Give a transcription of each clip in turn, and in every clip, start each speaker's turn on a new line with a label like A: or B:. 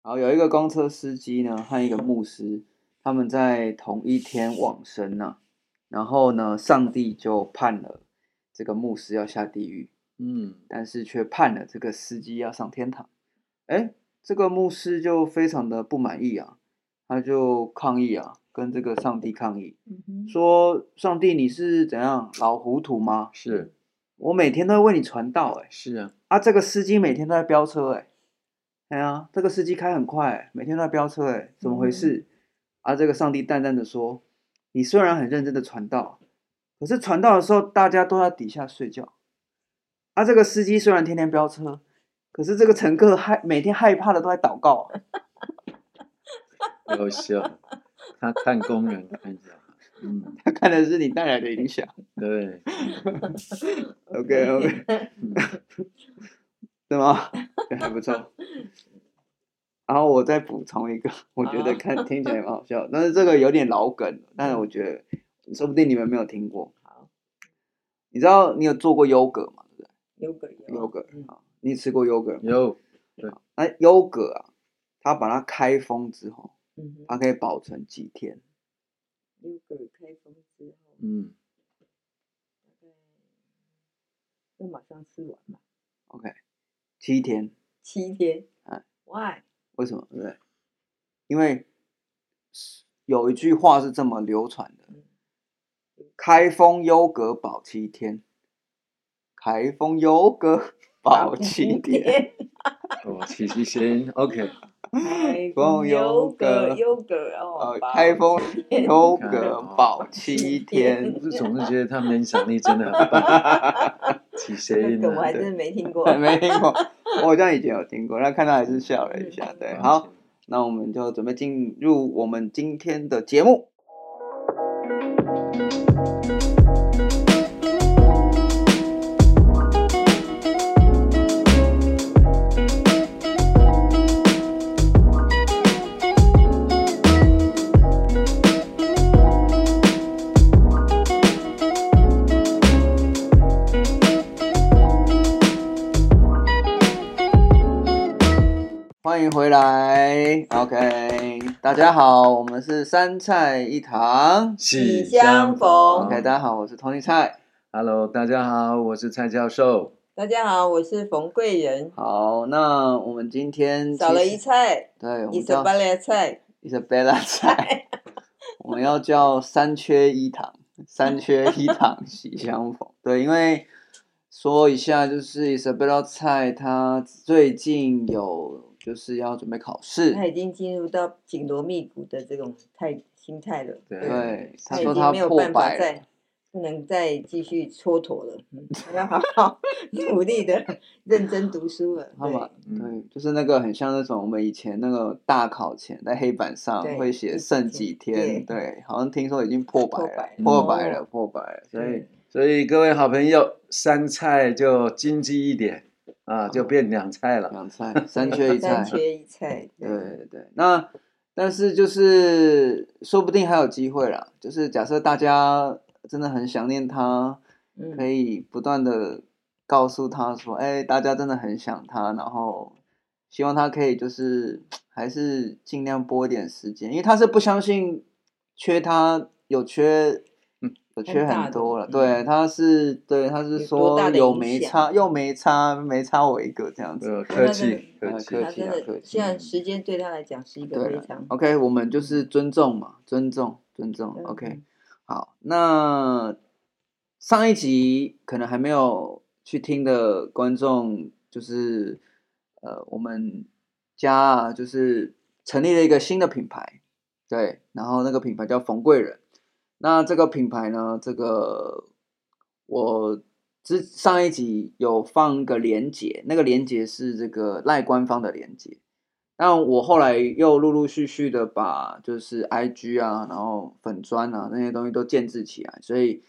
A: 好，有一个公车司机呢和一个牧师，他们在同一天往生呢、然后呢，上帝就判了这个牧师要下地狱，
B: 嗯，
A: 但是却判了这个司机要上天堂。哎，这个牧师就非常的不满意啊，他就抗议啊，跟这个上帝抗议，
C: 嗯哼，
A: 说上帝你是怎样老糊涂吗？
B: 是
A: 我每天都会为你传道、哎。
B: 是啊，
A: 啊，这个司机每天都在飙车哎、哎呀，这个司机开很快、哎每天都在飙车哎、怎么回事？啊，这个上帝淡淡的说：“你虽然很认真的传道，可是传道的时候大家都在底下睡觉。啊，这个司机虽然天天飙车，可是这个乘客害每天害怕的都在祷告。
B: 优秀，他看工人看一下，嗯，
A: 他看的是你带来的影响。
B: 对，
A: OK OK，
B: 嗯
A: 对吗？对，还不错。然后我再补充一个，我觉得
C: 好
A: 看听起来蛮好笑，但是这个有点老梗了，但是我觉得说不定你们没有听过。
C: 好，
A: 你知道你有做过优格吗？对不
C: 有个
A: 对？优格
C: 嗯
A: 啊，你吃过优格吗？
B: 有，
A: 那优格啊，它把它开封之后，
C: 嗯哼，
A: 它可以保存几天？
C: 有个开封之后，
B: 嗯，
C: 大概要马上吃完吧，
A: 七天？
C: 七天
A: 哎。
C: Why？
A: 为什么？对不对？因为有一句话是这么流传的：嗯开封优格保七天，开封优格保七天。
B: 我七七先，OK，
C: 开
A: 封
C: 封
A: 有
C: 有
A: 个
C: 个有个
A: 呃
C: 哦，，
A: 开封优
B: 天
A: 格保七天
B: 我。是嗯总是觉得他们影响力真的很棒，七
C: 这
B: 先
C: 个我
B: 啊，
C: 还
B: 对
C: 真没听 过。
A: 没听过，我好像以前有听过，但看到还是笑了一下。对，好，，那我们就准备进入我们今天的节目。欢迎回来，OK，大家好，我们是三菜一汤。
B: 喜
C: 喜相逢
A: OK，
B: 的
A: 大家好，我是 Tony 蔡。
B: ，Hello，大家好，我是蔡教授，
C: 大家好，我是冯贵人，
A: 好，那我们今天
C: 少了一
A: 菜，
C: 菜，
A: 对，我
C: 一
A: 们
C: 手
A: 叫
C: 巴列菜，
A: Isabella 菜， 我们要叫三缺一堂，三缺一堂喜相 逢。对，因为说一下，就是 Isabella 菜她最近有就是要准备考试，
C: 他已经进入到紧锣密鼓的这种态心态了。
B: 对
A: 对，她
C: 已
A: 说
C: 经
A: 她
C: 没有
A: 破
C: 办法
A: 百了。
C: 再不能再继续蹉跎了，嗯我 要好好努力的认真读书了。
A: 他把
B: 嗯
A: 对，就是那个很像那种我们以前那个大考前在黑板上
C: 对
A: 会写
C: 一
A: 剩
C: 几
A: 几天，
C: 对
A: 对，好像听说已经破百
C: 破
A: 了
C: 百，
A: 破
C: 了
A: 百
C: 哦
A: 了，破百了，所
B: 所
A: 以
B: 以，所以各位好朋友，三菜就经济一点啊，就变两菜了。
A: 两菜三缺一
C: 对
A: 菜
C: 三，缺一菜，
A: 对对对。那但是就是说不定还有机会啦，就是假设大家真的很想念他，可
C: 嗯，
A: 以不断的告诉他说，哎，大家真的很想他，然后希望他可以就是还是尽量拨一点时间，因为他是不相信缺他有缺
B: 嗯。
A: 有缺
C: 很大
A: 很
C: 的
A: 多了，
C: 嗯
A: 对，他是对，他是
C: 有多
A: 说
C: 大的
A: 有
C: 影
A: 没
C: 响
A: 差，又没差，没差我一个这样子。
B: 呃，
C: 那
B: 客
C: 个
B: 气，客
A: 呃
B: 气
A: 客，
C: 他
A: 气
C: 真
A: 啊客
C: 的，
A: 气
C: 虽然
B: 嗯
C: 时间对他来讲是一个
A: 对啊
C: 非
A: 了
C: 常
A: ，OK，我们就是尊重嘛，尊重，尊重
C: 嗯
A: ，OK。好，那上一集可能还没有去听的观众，就是呃，我们家啊，就是成立了一个新的品牌，对，然后那个品牌叫冯贵人。那这个品牌呢，这个我之上一集有放一个连接，那个连接是这个赖官方的连接。那我后来又陆陆续续的把就是 I G 啊，然后粉砖啊那些东西都建制起来，所以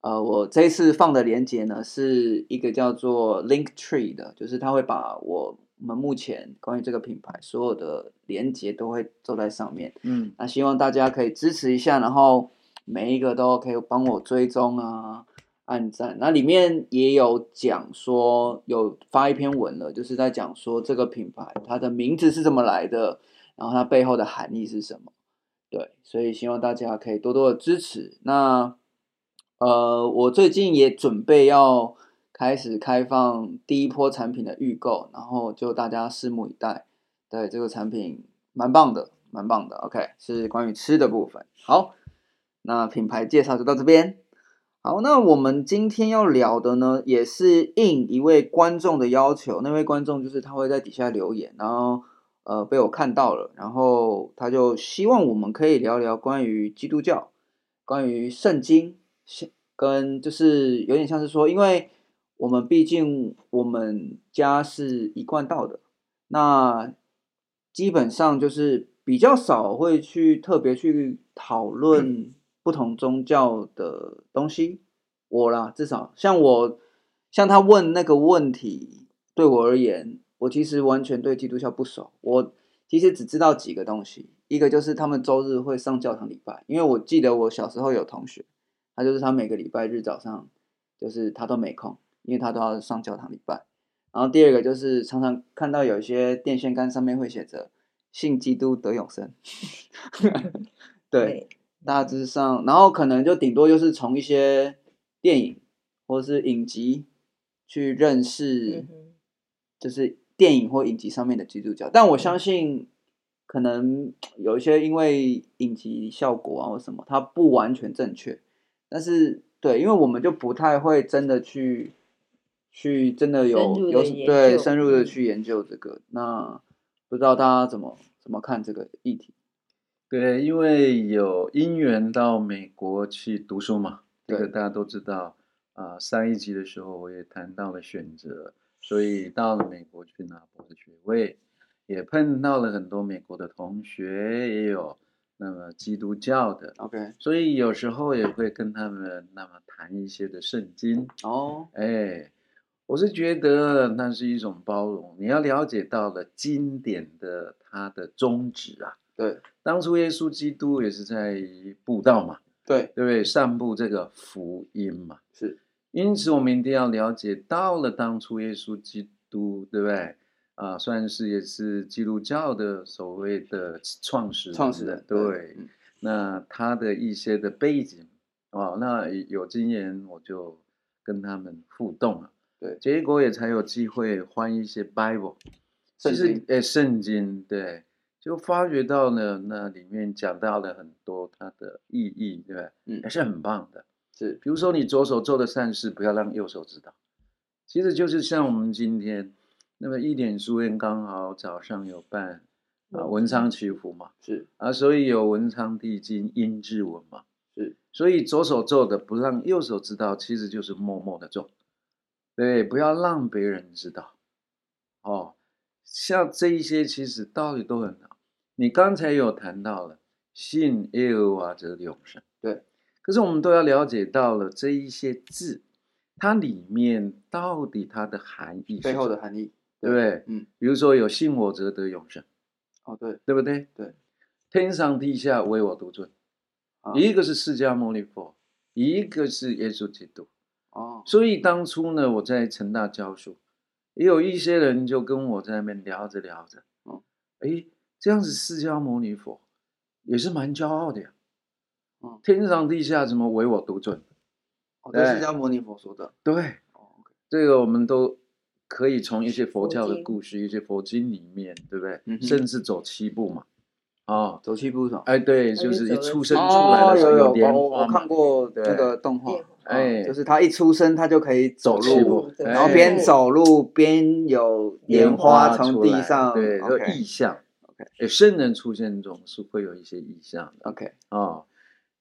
A: 呃，我这一次放的连接呢是一个叫做 Link Tree 的，就是它会把我们目前关于这个品牌所有的连接都会做在上面。
B: 嗯，
A: 那希望大家可以支持一下，然后每一个都可以帮我追踪啊，按赞。那里面也有讲说，有发一篇文了，就是在讲说这个品牌它的名字是怎么来的，然后它背后的含义是什么。对，所以希望大家可以多多的支持。那呃，我最近也准备要开始开放第一波产品的预购，然后就大家拭目以待。对，这个产品蛮棒的，蛮棒的。OK，是关于吃的部分。好，那品牌介绍就到这边。好，那我们今天要聊的呢，也是应一位观众的要求，那位观众就是他会在底下留言，然后呃被我看到了，然后他就希望我们可以聊聊关于基督教、关于圣经，是跟就是有点像是说，因为我们毕竟我们家是一贯道的，那基本上就是比较少会去特别去讨论不同宗教的东西。我啦，至少像我，像他问那个问题，对我而言，我其实完全对基督教不熟。我其实只知道几个东西，一个就是他们周日会上教堂礼拜，因为我记得我小时候有同学，他就是他每个礼拜日早上，就是他都没空，因为他都要上教堂礼拜。然后第二个就是常常看到有一些电线杆上面会写着“信基督得永生”， 对，
C: 对，
A: 大致上，然后可能就顶多就是从一些电影或是影集去认识
C: 嗯，哼，
A: 就是电影或影集上面的基督教。但我
C: 嗯
A: 相信，可能有一些因为影集效果啊或什么，它不完全正确。但是对，因为我们就不太会真的去去真的有
C: 深入地
A: 有
C: 研
A: 对
C: 究
A: 深入的
C: 嗯
A: 去研究这个。那不知道大家怎么怎么看这个议题？
B: 对，因为有因缘到美国去读书嘛，这个
A: 对
B: 大家都知道。啊、上一集的时候我也谈到了选择，所以到了美国去拿博士学位，也碰到了很多美国的同学，也有那么基督教的，
A: OK，
B: 所以有时候也会跟他们那么谈一些的圣经。
A: 哦，
B: 哎，我是觉得那是一种包容，你要了解到了经典的它的宗旨啊。
A: 对
B: 当初耶稣基督也是在布道嘛，
A: 对
B: 对不对？散布这个福音嘛。
A: 是，
B: 因此，我们一定要了解到了当初耶稣基督，对不对？啊，算是也是基督教的所谓的创始
A: 创始
B: 了
A: 人
B: 对。
A: 嗯
B: 那他的一些的背景哦，那有经验我就跟他们互动了，
A: 对
B: 结果也才有机会翻一些 Bible，
A: 圣
B: 其实
A: 经
B: 诶圣经对，就发觉到呢，那里面讲到了很多它的意义，对吧？
A: 嗯
B: 也是很棒的。
A: 是
B: 比如说你左手做的善事，不要让右手知道，其实就是像我们今天，那么一点书院刚好早上有办
A: 哦
B: 啊
C: 嗯
B: 文昌祈福嘛。
A: 是
B: 啊，所以有文昌帝君阴质文嘛，
A: 是，
B: 所以左手做的不让右手知道，其实就是默默的做，对，不要让别人知道，哦，像这一些其实道理都很好。你刚才有谈到了信耶和华者永生，
A: 对，
B: 可是我们都要了解到了这一些字，它里面到底它的含义是
A: 背后
B: 什
A: 的
B: 么，
A: 含义。
B: 对不对？
A: 嗯，
B: 比如说有信我者得永生，
A: 哦对，
B: 对不对？
A: 对，
B: 天上地下唯我独尊，
A: 啊
B: 一个是释迦牟尼佛，一个是耶稣基督。
A: 哦
B: 所以当初呢，我在成大教书，也有一些人就跟我在那边聊着聊着
A: 嗯，
B: 哎，这样子释迦牟尼佛也是蛮骄傲的呀
A: 嗯。
B: 天上地下怎么唯我独尊？
A: 哦，这是
B: 对
A: 迦摩尼佛说的。
B: 对，
A: 哦，OK，
B: 这个我们都可以从一些佛
C: 佛
B: 教的
C: 经
B: 故事、一些佛经里面，对不对？
A: 嗯哼
B: 甚至走七步嘛，啊、
A: 走七步走。
B: 哎，对，
C: 他
B: 就
C: 就是
B: 一
C: 走了
B: 出
C: 七
B: 生出
C: 步
B: 来
A: 哦
B: 的时候
A: 有
B: 有
A: 有，
B: 莲
A: 我
B: 花
A: 我
B: 嘛
A: 看过
B: 对
A: 那个动画
C: 电，
B: 哎
A: 嗯就是他一出生他就可以走
B: 走七
A: 路，
B: 步，
C: 对
B: 哎
A: 然后边走路边有莲花从地上，
B: 对，有
A: OK
B: 意象。
A: OK
B: 哎，圣人出现总是会有一些意象的
A: OK，
B: 哦。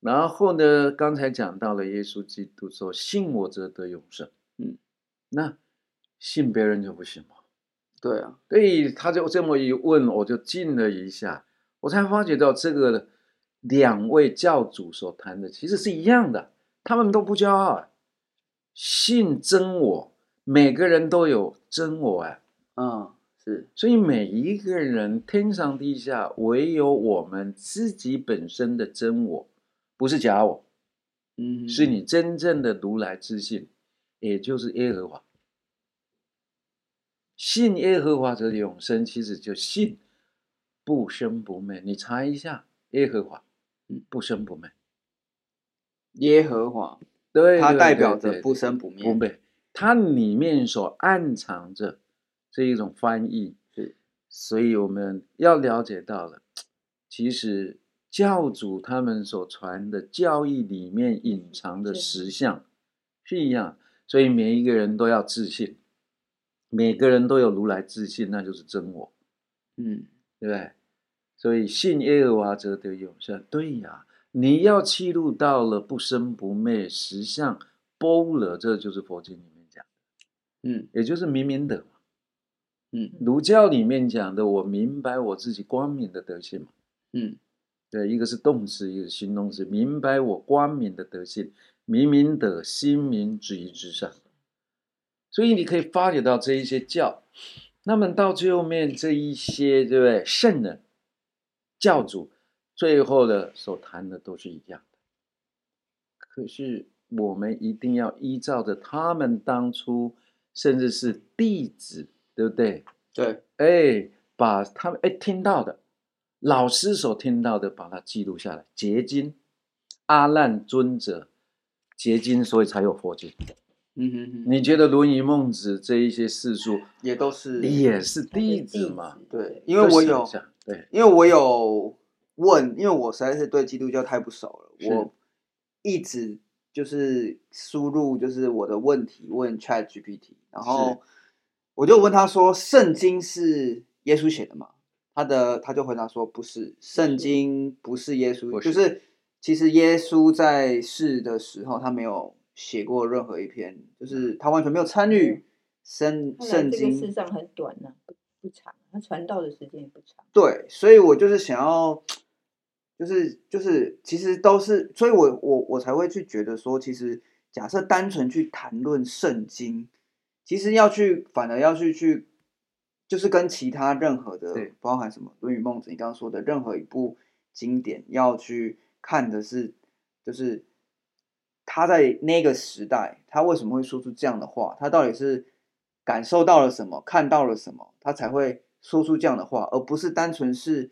B: 然后呢，刚才讲到了耶稣基督说：“信我者得永生。”
A: 嗯，
B: 那信别人就不行嘛。
A: 对啊，
B: 所以他就这么一问，我就静了一下，我才发觉到这个两位教主所谈的其实是一样的，他们都不骄傲啊，信真我，每个人都有真我哎、
A: 嗯，是
B: 所以每一个人天上地下，唯有我们自己本身的真我，不是假我，
A: 嗯，
B: 是你真正的如来之信，也就是耶和华。信耶和华者永生，其实就信不生不灭。你查一下耶和华
A: 嗯，
B: 不生不灭，
A: 耶和华，
B: 对，
A: 它
B: 对
A: 代
B: 对
A: 表
B: 对
A: 着不生不灭。
B: 不灭，它里面所暗藏着这一种翻译，
A: 是，
B: 所以我们要了解到了，其实教主他们所传的教义里面隐藏的
C: 是
B: 实相是一样，所以每一个人都要自信，每个人都有如来自信，那就是真我，
A: 嗯，
B: 对不对？所以信耶和华者得永生，对呀，你要记录到了不生不灭实相般若，这就是佛经里面讲。
A: 嗯
B: 也就是明明德嘛。
A: 嗯
B: 儒教里面讲的，我明白我自己光明的德性嘛。
A: 嗯
B: 对，一个是动词，一个是形容词。明白我光明的德性，明明德，心明止于至上。所以你可以发觉到这一些教，那么到最后面这一些，对不对？圣人、教主，最后的所谈的都是一样的。可是我们一定要依照着他们当初，甚至是弟子，对不对？
A: 对，
B: 哎，把他们哎听到的，老师所听到的，把它记录下来，结晶。阿难尊者结晶，所以才有佛经。
A: 嗯哼哼，
B: 你觉得《论语》《孟子》这一些世书
A: 也都是
B: 也是弟子嘛？
A: 对，因为我
B: 都想
A: 有
B: 一下对，
A: 因为我有问，因为我实在是对基督教太不熟了，
B: 是
A: 我一直就是输入就是我的问题问 Chat GPT，然后我就问他说：“圣经是耶稣写的吗？”他的他就回答说：“不是，圣经不是耶稣，
B: 不
A: 就是是其实耶稣在世的时候，他没有写过任何一篇，就是他完全没有参与圣
C: 看嗯来
A: 圣
C: 这个
A: 经
C: 世上很短呐、不不长，他传道的时间也不长。
A: 对，所以我就是想要，就是就是，其实都是，所以我我我才会去觉得说，其实假设单纯去谈论圣经，其实要去反而要去去，就是跟其他任何的
B: 对，
A: 包含什么《论语》《孟子》，你刚刚说的任何一部经典，要去看的是，就是他在那个时代，他为什么会说出这样的话？他到底是感受到了什么，看到了什么，他才会说出这样的话，而不是单纯是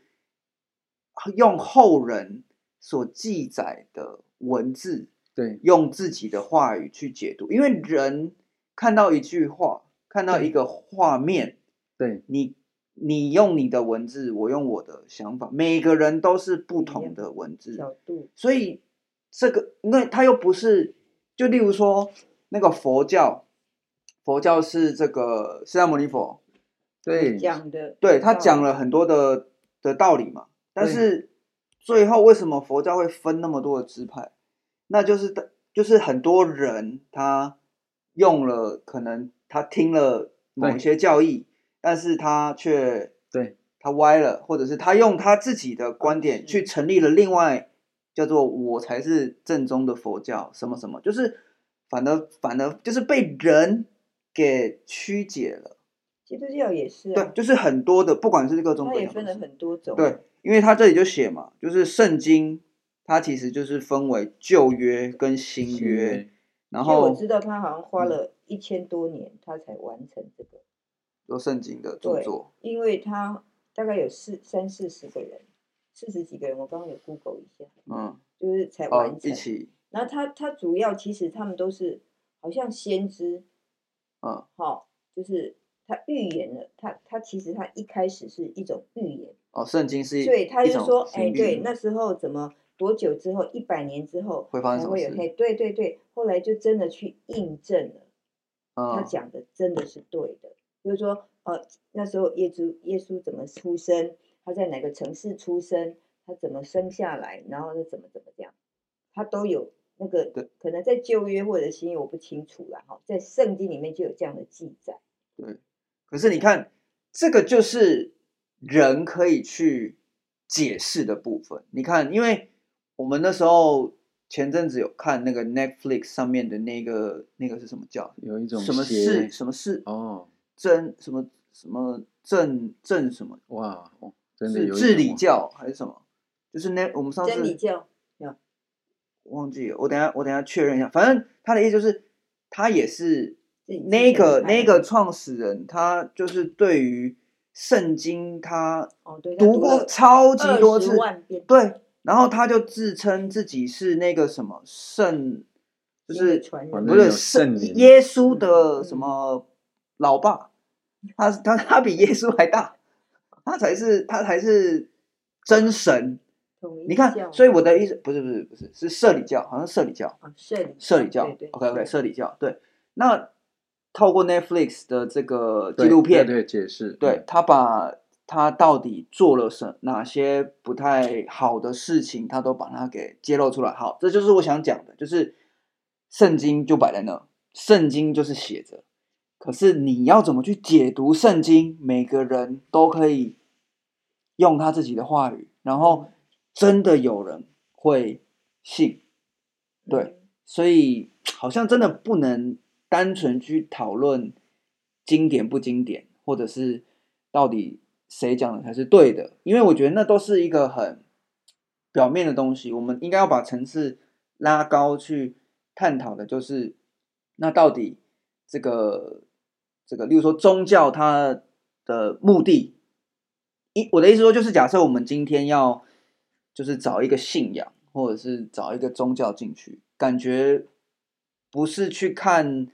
A: 用后人所记载的文字，
B: 对，
A: 用自己的话语去解读。因为人看到一句话，看到一个画面，
B: 对，
A: 你你用你的文字，我用我的想法，每个人都是不同的文字，
C: 角度
A: 所以这个，因为它又不是，就例如说那个佛教，佛教是这个释迦牟尼佛，
B: 对，
C: 讲的，
A: 对他讲
C: 了，
A: 了很多的的道理嘛，但
B: 对
A: 是最后为什么佛教会分那么多的支派？那就是的就是很多人他用了，可能他听了某一
B: 对
A: 些教义，但是他却
B: 对，
A: 他歪了，或者是他用他自己的观点
C: 是
A: 去成立了另外叫做“我才是正宗的佛教”什么什么，就是反而反而就是被人给曲解了。
C: 基督教也是、
A: 对
C: 啊，，
A: 就是很多的，不管是各种
C: 它
A: 各
C: 也
A: 样的
C: 分了很多种。
A: 对，因为他这里就写嘛，就是圣经，它其实就是分为旧约跟新约，然
C: 因为我
A: 后嗯
C: 知道他好像花了一千多年，他才完成这个，
A: 有圣经的著
C: 对
A: 作，
C: 因为他大概有四三四十个人，四十几个人，我刚刚有 Google 一下，
A: 嗯，
C: 就是才
A: 哦
C: 完，成。
A: 一起，
C: 然后他他主要其实他们都是好像先知，
A: 嗯
C: 哈、就是他预言了，他他其实他一开始是一种预言，
A: 哦，圣经是一，
C: 所以他
A: 一
C: 就
A: 种
C: 说，
A: 新
C: 哎，
A: 律
C: 对，那时候怎么多久之后，一百年之后
A: 会发生
C: 才
A: 什么
C: 会有
A: 事
C: 嘿，对对对，后来就真的去印证了，他
A: 嗯，
C: 讲的真的是对的，就是说，呃，那时候耶稣耶稣怎么出生，他在哪个城市出生，他怎么生下来，然后呢怎么怎么样，他都有那个
A: 对
C: 可能在旧约或者新约我不清楚了哈，在圣经里面就有这样的记载，
A: 可是你看，这个就是人可以去解释的部分。你看，因为我们那时候前阵子有看那个 Netflix 上面的那个那个是什么叫
B: 有一种
A: 什么
B: 邪
A: 事什么事
B: 哦，
A: 真什么什么正正什么
B: 哇，哦真的
A: 是
B: 有一
A: 治
B: 种
A: 理教还是什么？就是那我们上
C: 真理
A: 次
C: 教
A: 忘记了，我等一下我等一下确认一下。反正他的意思就是，他也是
C: 自己
A: 那
C: 之前
A: 个
C: 看
A: 那
C: 的
A: 个创始人，他就是对于圣经他
C: 哦，对，他
A: 读过
C: 了
A: 超级多
C: 20
A: 次，
C: 万遍，
A: 对，然后他就自称自己是那个什么圣，就
C: 新的
A: 是
C: 传
B: 反
C: 人
B: 正
A: 不
B: 有
A: 是圣
B: 圣灵
A: 耶稣的
C: 嗯
A: 什么老爸，他他他比耶稣还大，他才是他才是真神。
C: 统一
A: 你看，
C: 教
A: 所以我的意思不是不是不是是社里教，好像社里教，
C: 啊，社里
A: 社里教
C: 对对
A: OK OK
C: 对
A: 社里教对。那透过 Netflix 的这个纪
B: 对
A: 录片，
B: 对对解释，
A: 对他把他到底做了什哪些不太好的事情，他都把它给揭露出来。好，这就是我想讲的，就是圣经就摆在那，圣经就是写着，可是你要怎么去解读圣经，每个人都可以用他自己的话语，然后真的有人会信，
C: 嗯
A: 对，所以好像真的不能单纯去讨论经典不经典，或者是到底谁讲的才是对的，因为我觉得那都是一个很表面的东西。我们应该要把层次拉高去探讨的，就是那到底这个这个，例如说宗教它的目的，一我的意思说就是，假设我们今天要就是找一个信仰，或者是找一个宗教进去，感觉不是去看，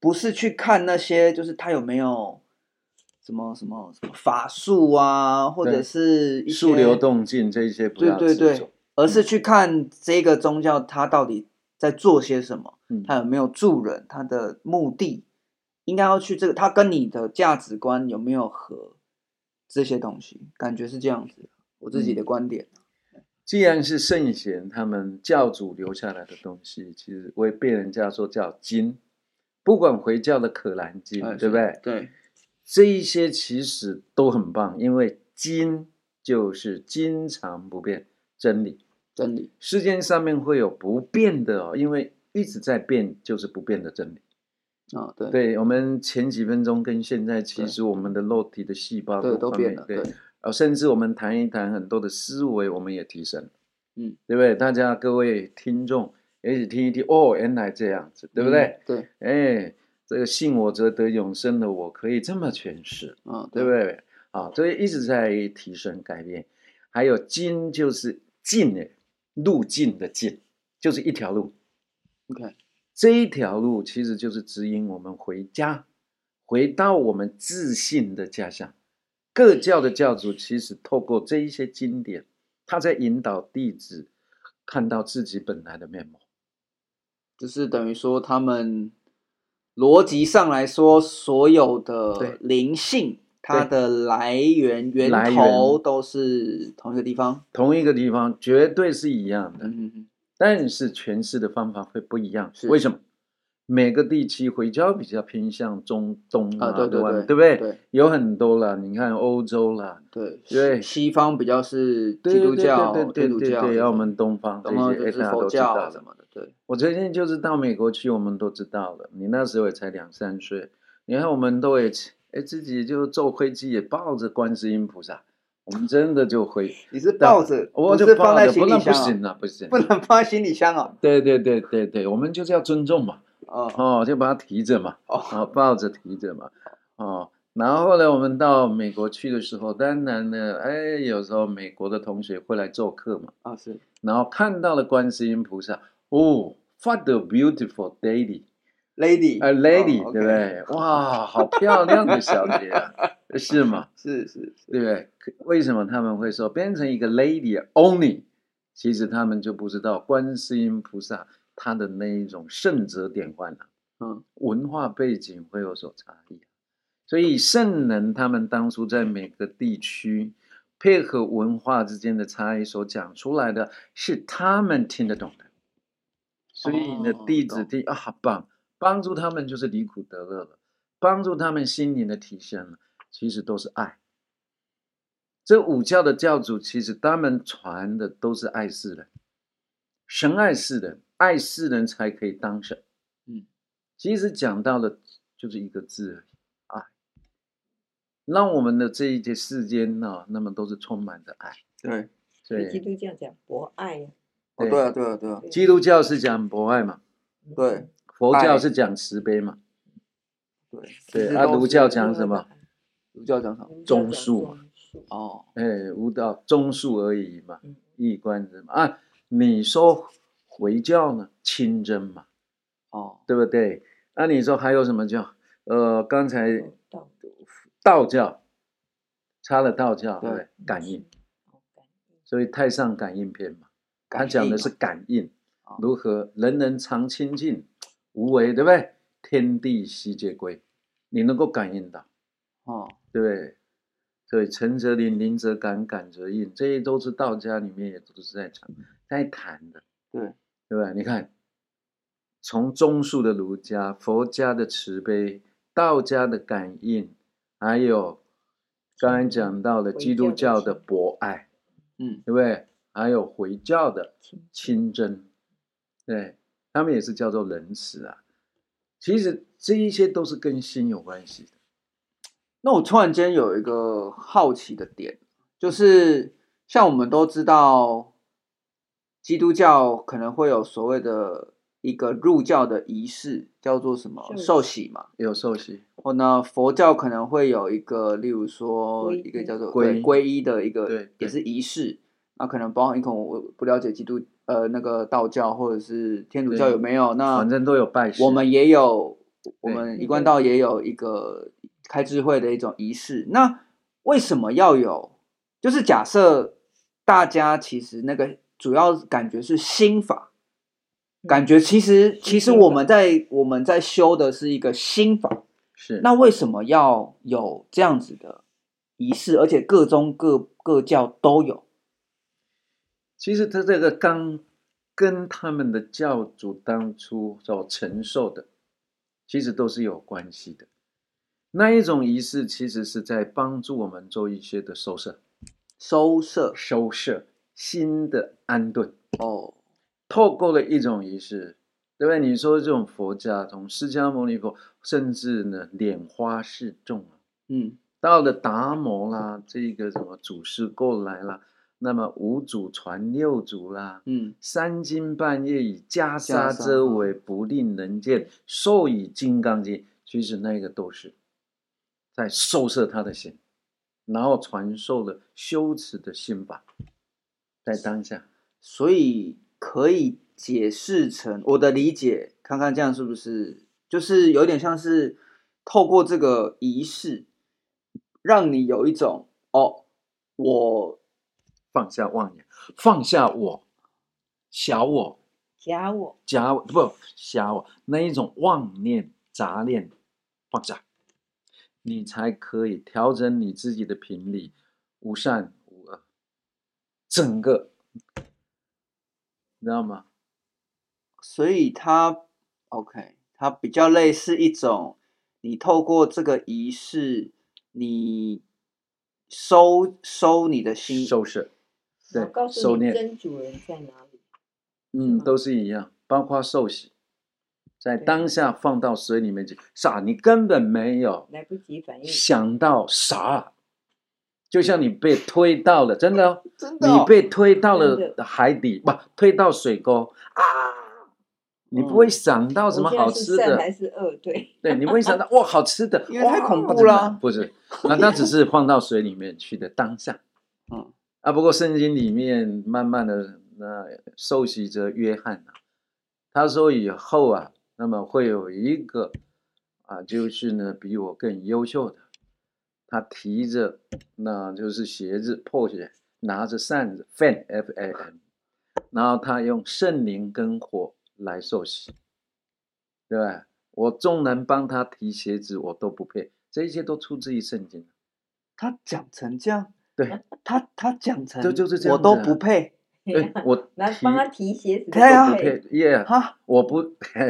A: 不是去看那些就是他有没有。什么什么什么法术啊，或者
B: 对
A: 是一些
B: 树流动静这一些不
A: 对
B: 要
A: 对
B: 执
A: 对
B: 着，，嗯
A: 而是去看这个宗教它到底在做些什么，
B: 嗯
A: 它有没有助人，它的目的应该要去这个，它跟你的价值观有没有合，这些东西感觉是这样子，我自己
B: 嗯
A: 的观点。
B: 既然是圣贤他们教主留下来的东西，其实会被人家说叫经，不管回教的《可兰经》
A: 哎
B: 对不对？
A: 对，
B: 这一些其实都很棒，因为经就是经常不变真理。
A: 真理，
B: 世间上面会有不变的哦，因为一直在变，就是不变的真理。
A: 啊，对
B: 对我们前几分钟跟现在，其
A: 对
B: 实我们的肉体的细胞
A: 对
B: 各
A: 都
B: 方
A: 变
B: 面
A: 了，
B: 对
A: 对，
B: 呃，甚至我们谈一谈很多的思维，我们也提升，
A: 嗯，
B: 对不对？大家各位听众也许听一听，哦，原来这样子，对不对？
A: 嗯？对，
B: 哎，这个信我者得永生的，我可以这么诠释，
A: 嗯，
B: 对不对？啊，所以一直在提升改变。还有经就是径哎，路径的径，就是一条路。
A: ？OK，
B: 这一条路其实就是指引我们回家，回到我们自信的家乡。各教的教主其实透过这一些经典，他在引导弟子看到自己本来的面目。
A: 就是等于说他们逻辑上来说，所有
B: 对
A: 的灵性它
B: 对
A: 的来源源
B: 来
A: 头
B: 源
A: 都是同一个地方。
B: 同一个地方绝对是一样的，
A: 嗯嗯嗯，
B: 但是诠释的方法会不一样。
A: 是
B: 为什么？每个地区回教比较偏向中东
A: 啊对对
B: 对
A: 对
B: 对不对？
A: 对
B: 有很多了，你看欧洲啦，
A: 对西
B: 对
A: 西方比较是
B: 对
A: 基督
B: 对
A: 教、
B: 对
A: 天
B: 对
A: 主
B: 对
A: 教
B: 对，
A: 这
B: 然后我
A: 种
B: 们东方这
A: 然后
B: 些，
A: 就
B: 哎
A: 是
B: 大家
A: 佛
B: 都知
A: 教
B: 道
A: 啊
B: 了
A: 什。么的，对，
B: 我最近就是到美国去，我们都知道了。你那时候也才两三岁，你看我们都也哎自己就坐飞机也抱着观世音菩萨，我们真的就 回
A: 你是抱着，
B: 我
A: 不
B: 就是抱
A: 放在
B: 着
A: 行
B: 不
A: 李
B: 能不
A: 箱
B: 行
A: 啊，
B: 了，不行。
A: 不能放在行李箱啊，
B: 对对对对对，我们就是要尊重嘛，
A: 哦
B: 哦，就把它提着嘛，
A: 哦，
B: 啊，抱着提着嘛，哦。然后后来我们到美国去的时候，当然呢，哎，有时候美国的同学会来做客嘛，
A: 啊是，
B: 然后看到了观世音菩萨，哦，What a beautiful lady！
A: lady，
B: 呃，lady，、
A: 哦，OK
B: 对不对？哇，好漂亮的小姐啊，是吗？
A: 是是是，
B: 对不对？可为什么他们会说变成一个 lady only？其实他们就不知道观世音菩萨他的那一种圣者典范啊，
A: 嗯，
B: 文化背景会有所差异。啊所以圣人他们当初在每个地区配合文化之间的差异所讲出来的是他们听得懂的，所以你的
A: 哦
B: 弟子
A: 懂
B: 听、啊，好棒，帮助他们就是离苦得乐了，帮助他们心灵的提升了，其实都是爱。这五教的教主其实他们传的都是爱世人，神爱世人，爱世人才可以当神。
A: 嗯，
B: 其实讲到了就是一个字而已，爱。让我们的这一些世间呢、那么都是充满着爱。
A: 对，
B: 对，
C: 基督教讲博爱啊，
A: 哦，
B: 对
A: 对啊，对啊，对啊，
C: 对
B: 基督教是讲博爱嘛，
C: 嗯
A: 对，
B: 佛
A: 爱
B: 教是讲慈悲嘛，
A: 对，
B: 对
A: 其实
B: 啊
A: 都
B: 儒
A: 是
B: 教讲什么？
A: 儒教讲什么？
C: 儒教
B: 中啊
C: 嗯讲
B: 恕嘛
C: 中恕
A: 哦，
B: 哎，无道忠恕而已嘛
C: 嗯，
B: 一观之嘛啊。你说回教呢，清真嘛，
A: 哦，
B: 对不对？那、你说还有什么教？呃，刚才
C: 有哦道德
B: 道教插了道教，对不
A: 对？
B: 对
A: 嗯
B: 感应，，
C: 好哦感应
B: 所以太上感应篇嘛，他
A: 感
B: 讲
A: 应啊
B: 的
A: 嘛
B: 是感应
A: 哦，
B: 如何人人常清净无为，对不对？天地悉皆归，你能够感应到，
A: 哦，
B: 对不对？所以诚则灵，灵则感，感则应，这些都是道家里面也都是在讲、在谈的，
A: 对，
B: 对吧？你看，从中述的儒家、佛家的慈悲、道家的感应，还有刚才讲到的
C: 回
B: 基督
C: 教
B: 教
C: 的
B: 的
C: 情
B: 博爱，
A: 嗯，
B: 对不对？还有回教的
C: 清
B: 清真，对他们也是叫做仁慈啊。其实这一些都是跟心有关系的。
A: 那我突然间有一个好奇的点，就是像我们都知道，基督教可能会有所谓的一个入教的仪式，叫做什么
C: 受
A: 受
C: 洗
A: 洗嘛。
B: 有受洗，
A: 或呢，佛教可能会有一个，例如说
C: 皈
A: 一个
C: 依
A: 叫做
B: 皈
A: 对
B: 依
A: 皈依的一
B: 对
A: 个，也
B: 对
A: 是仪式。那可能包含一个我不了解基督呃那个道教或者是天主
B: 对
A: 教有没有？那
B: 反正都有拜师。
A: 我们也有，我
B: 对
A: 们
C: 嗯
A: 一贯
C: 对
A: 道也有一个开智慧的一种仪式。那为什么要有？就是假设大家其实那个主要感觉是心法，感觉其实其实
C: 嗯心法
A: 我们在我们在修的是一个心法。
B: 是
A: 那为什么要有这样子的仪式？而且各宗各各教都有。
B: 其实他这个刚跟他们的教主当初所承受的，其实都是有关系的。那一种仪式其实是在帮助我们做一些的收摄、
A: 收摄
B: 收摄心的安顿。
A: 哦，
B: 透过了一种仪式，对不对？你说这种佛家，从释迦牟尼佛，甚至呢拈花示众啊，
A: 嗯，
B: 到了达摩啦，这个什么祖师过来啦，那么五祖传六祖啦，
A: 嗯，
B: 三更半夜以袈
A: 袈
B: 裟
A: 裟
B: 遮为，不令人见，授以金刚经，其实那个都是在收摄他的心，然后传授了修持的心法，在当下。
A: 所以可以解释成我的理解，看看这样是不是就是有点像是透过这个仪式，让你有一种哦，我
B: 放下妄念，放下我、小我、
C: 假我
B: 假我不小我那一种妄念、杂念，放下，你才可以调整你自己的频率，无善无恶，整个，你知道吗？
A: 所以它 OK，它比较类似一种你透过这个仪式，你收收你的心，
B: 收拾，
C: 我
B: 对
C: 告，诉
B: 收
C: 你
B: 敛，
C: 真主人在哪里，
B: 嗯，
C: 吗
B: 都是一样，包括受洗，在
C: 对
B: 当下放到水里面去，傻，你根本没有
C: 来不及反应，
B: 想到啥，就像你被推到了，真的、哦，
A: 真
B: 你被推到
C: 真
B: 了
C: 的
B: 海底，不推到水沟啊，你不会想到什么
C: 嗯我现在
B: 好
C: 是
B: 吃
C: 善
B: 的，
C: 还是恶？对，
B: 对，你不会想到哇，好吃的，
A: 因为太
B: 哇
A: 恐怖
B: 怎么
A: 了
B: 不是，那那只是放到水里面去的当下，
A: 嗯
B: 啊，不过圣经里面慢慢的那受洗者约翰啊，他说以后啊，那么会有一个啊，就是呢比我更优秀的，他提着那就是鞋子破鞋，拿着扇子 fan f a n，然后他用圣灵跟火来受洗，对吧？我纵然帮他提鞋子，我都不配，这一切都出自于圣 经。啊
A: 他讲成这样，
B: 对，
A: 他他讲成
B: 这就是这
A: 我
B: 样
A: 都
B: 子啊
A: 不配
B: 对，哎我
C: 来
B: 提
C: 帮他提鞋子，
A: 对啊
B: 不配，耶、
A: 哈
B: 我不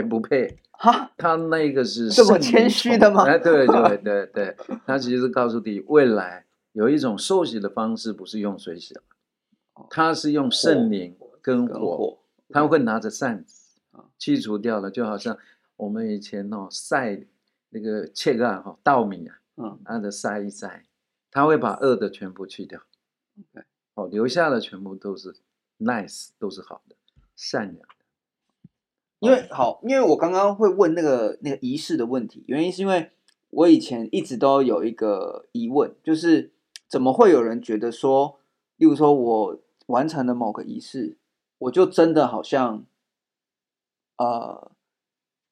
B: 不配，
A: 哈，
B: 他那个是
A: 这么
B: 圣灵
A: 谦虚的吗
B: 哎，对对 对对，他其实告诉你，未来有一种受洗的方式，不是用水洗了，他是用圣灵跟
A: 哦跟
B: 火，
A: 我
B: 他会拿着扇子
A: 啊
B: 去除掉了，就好像我们以前哦晒那个切啊哈稻米啊，
A: 嗯
B: 按着晒一晒，他会把恶的全部去掉
A: OK，
B: 哦，留下的全部都是 nice，都是好的。善良的。
A: 因为好，因为我刚刚会问那个那个仪式的问题，原因是因为我以前一直都有一个疑问，就是怎么会有人觉得说，例如说我完成了某个仪式，我就真的好像，呃，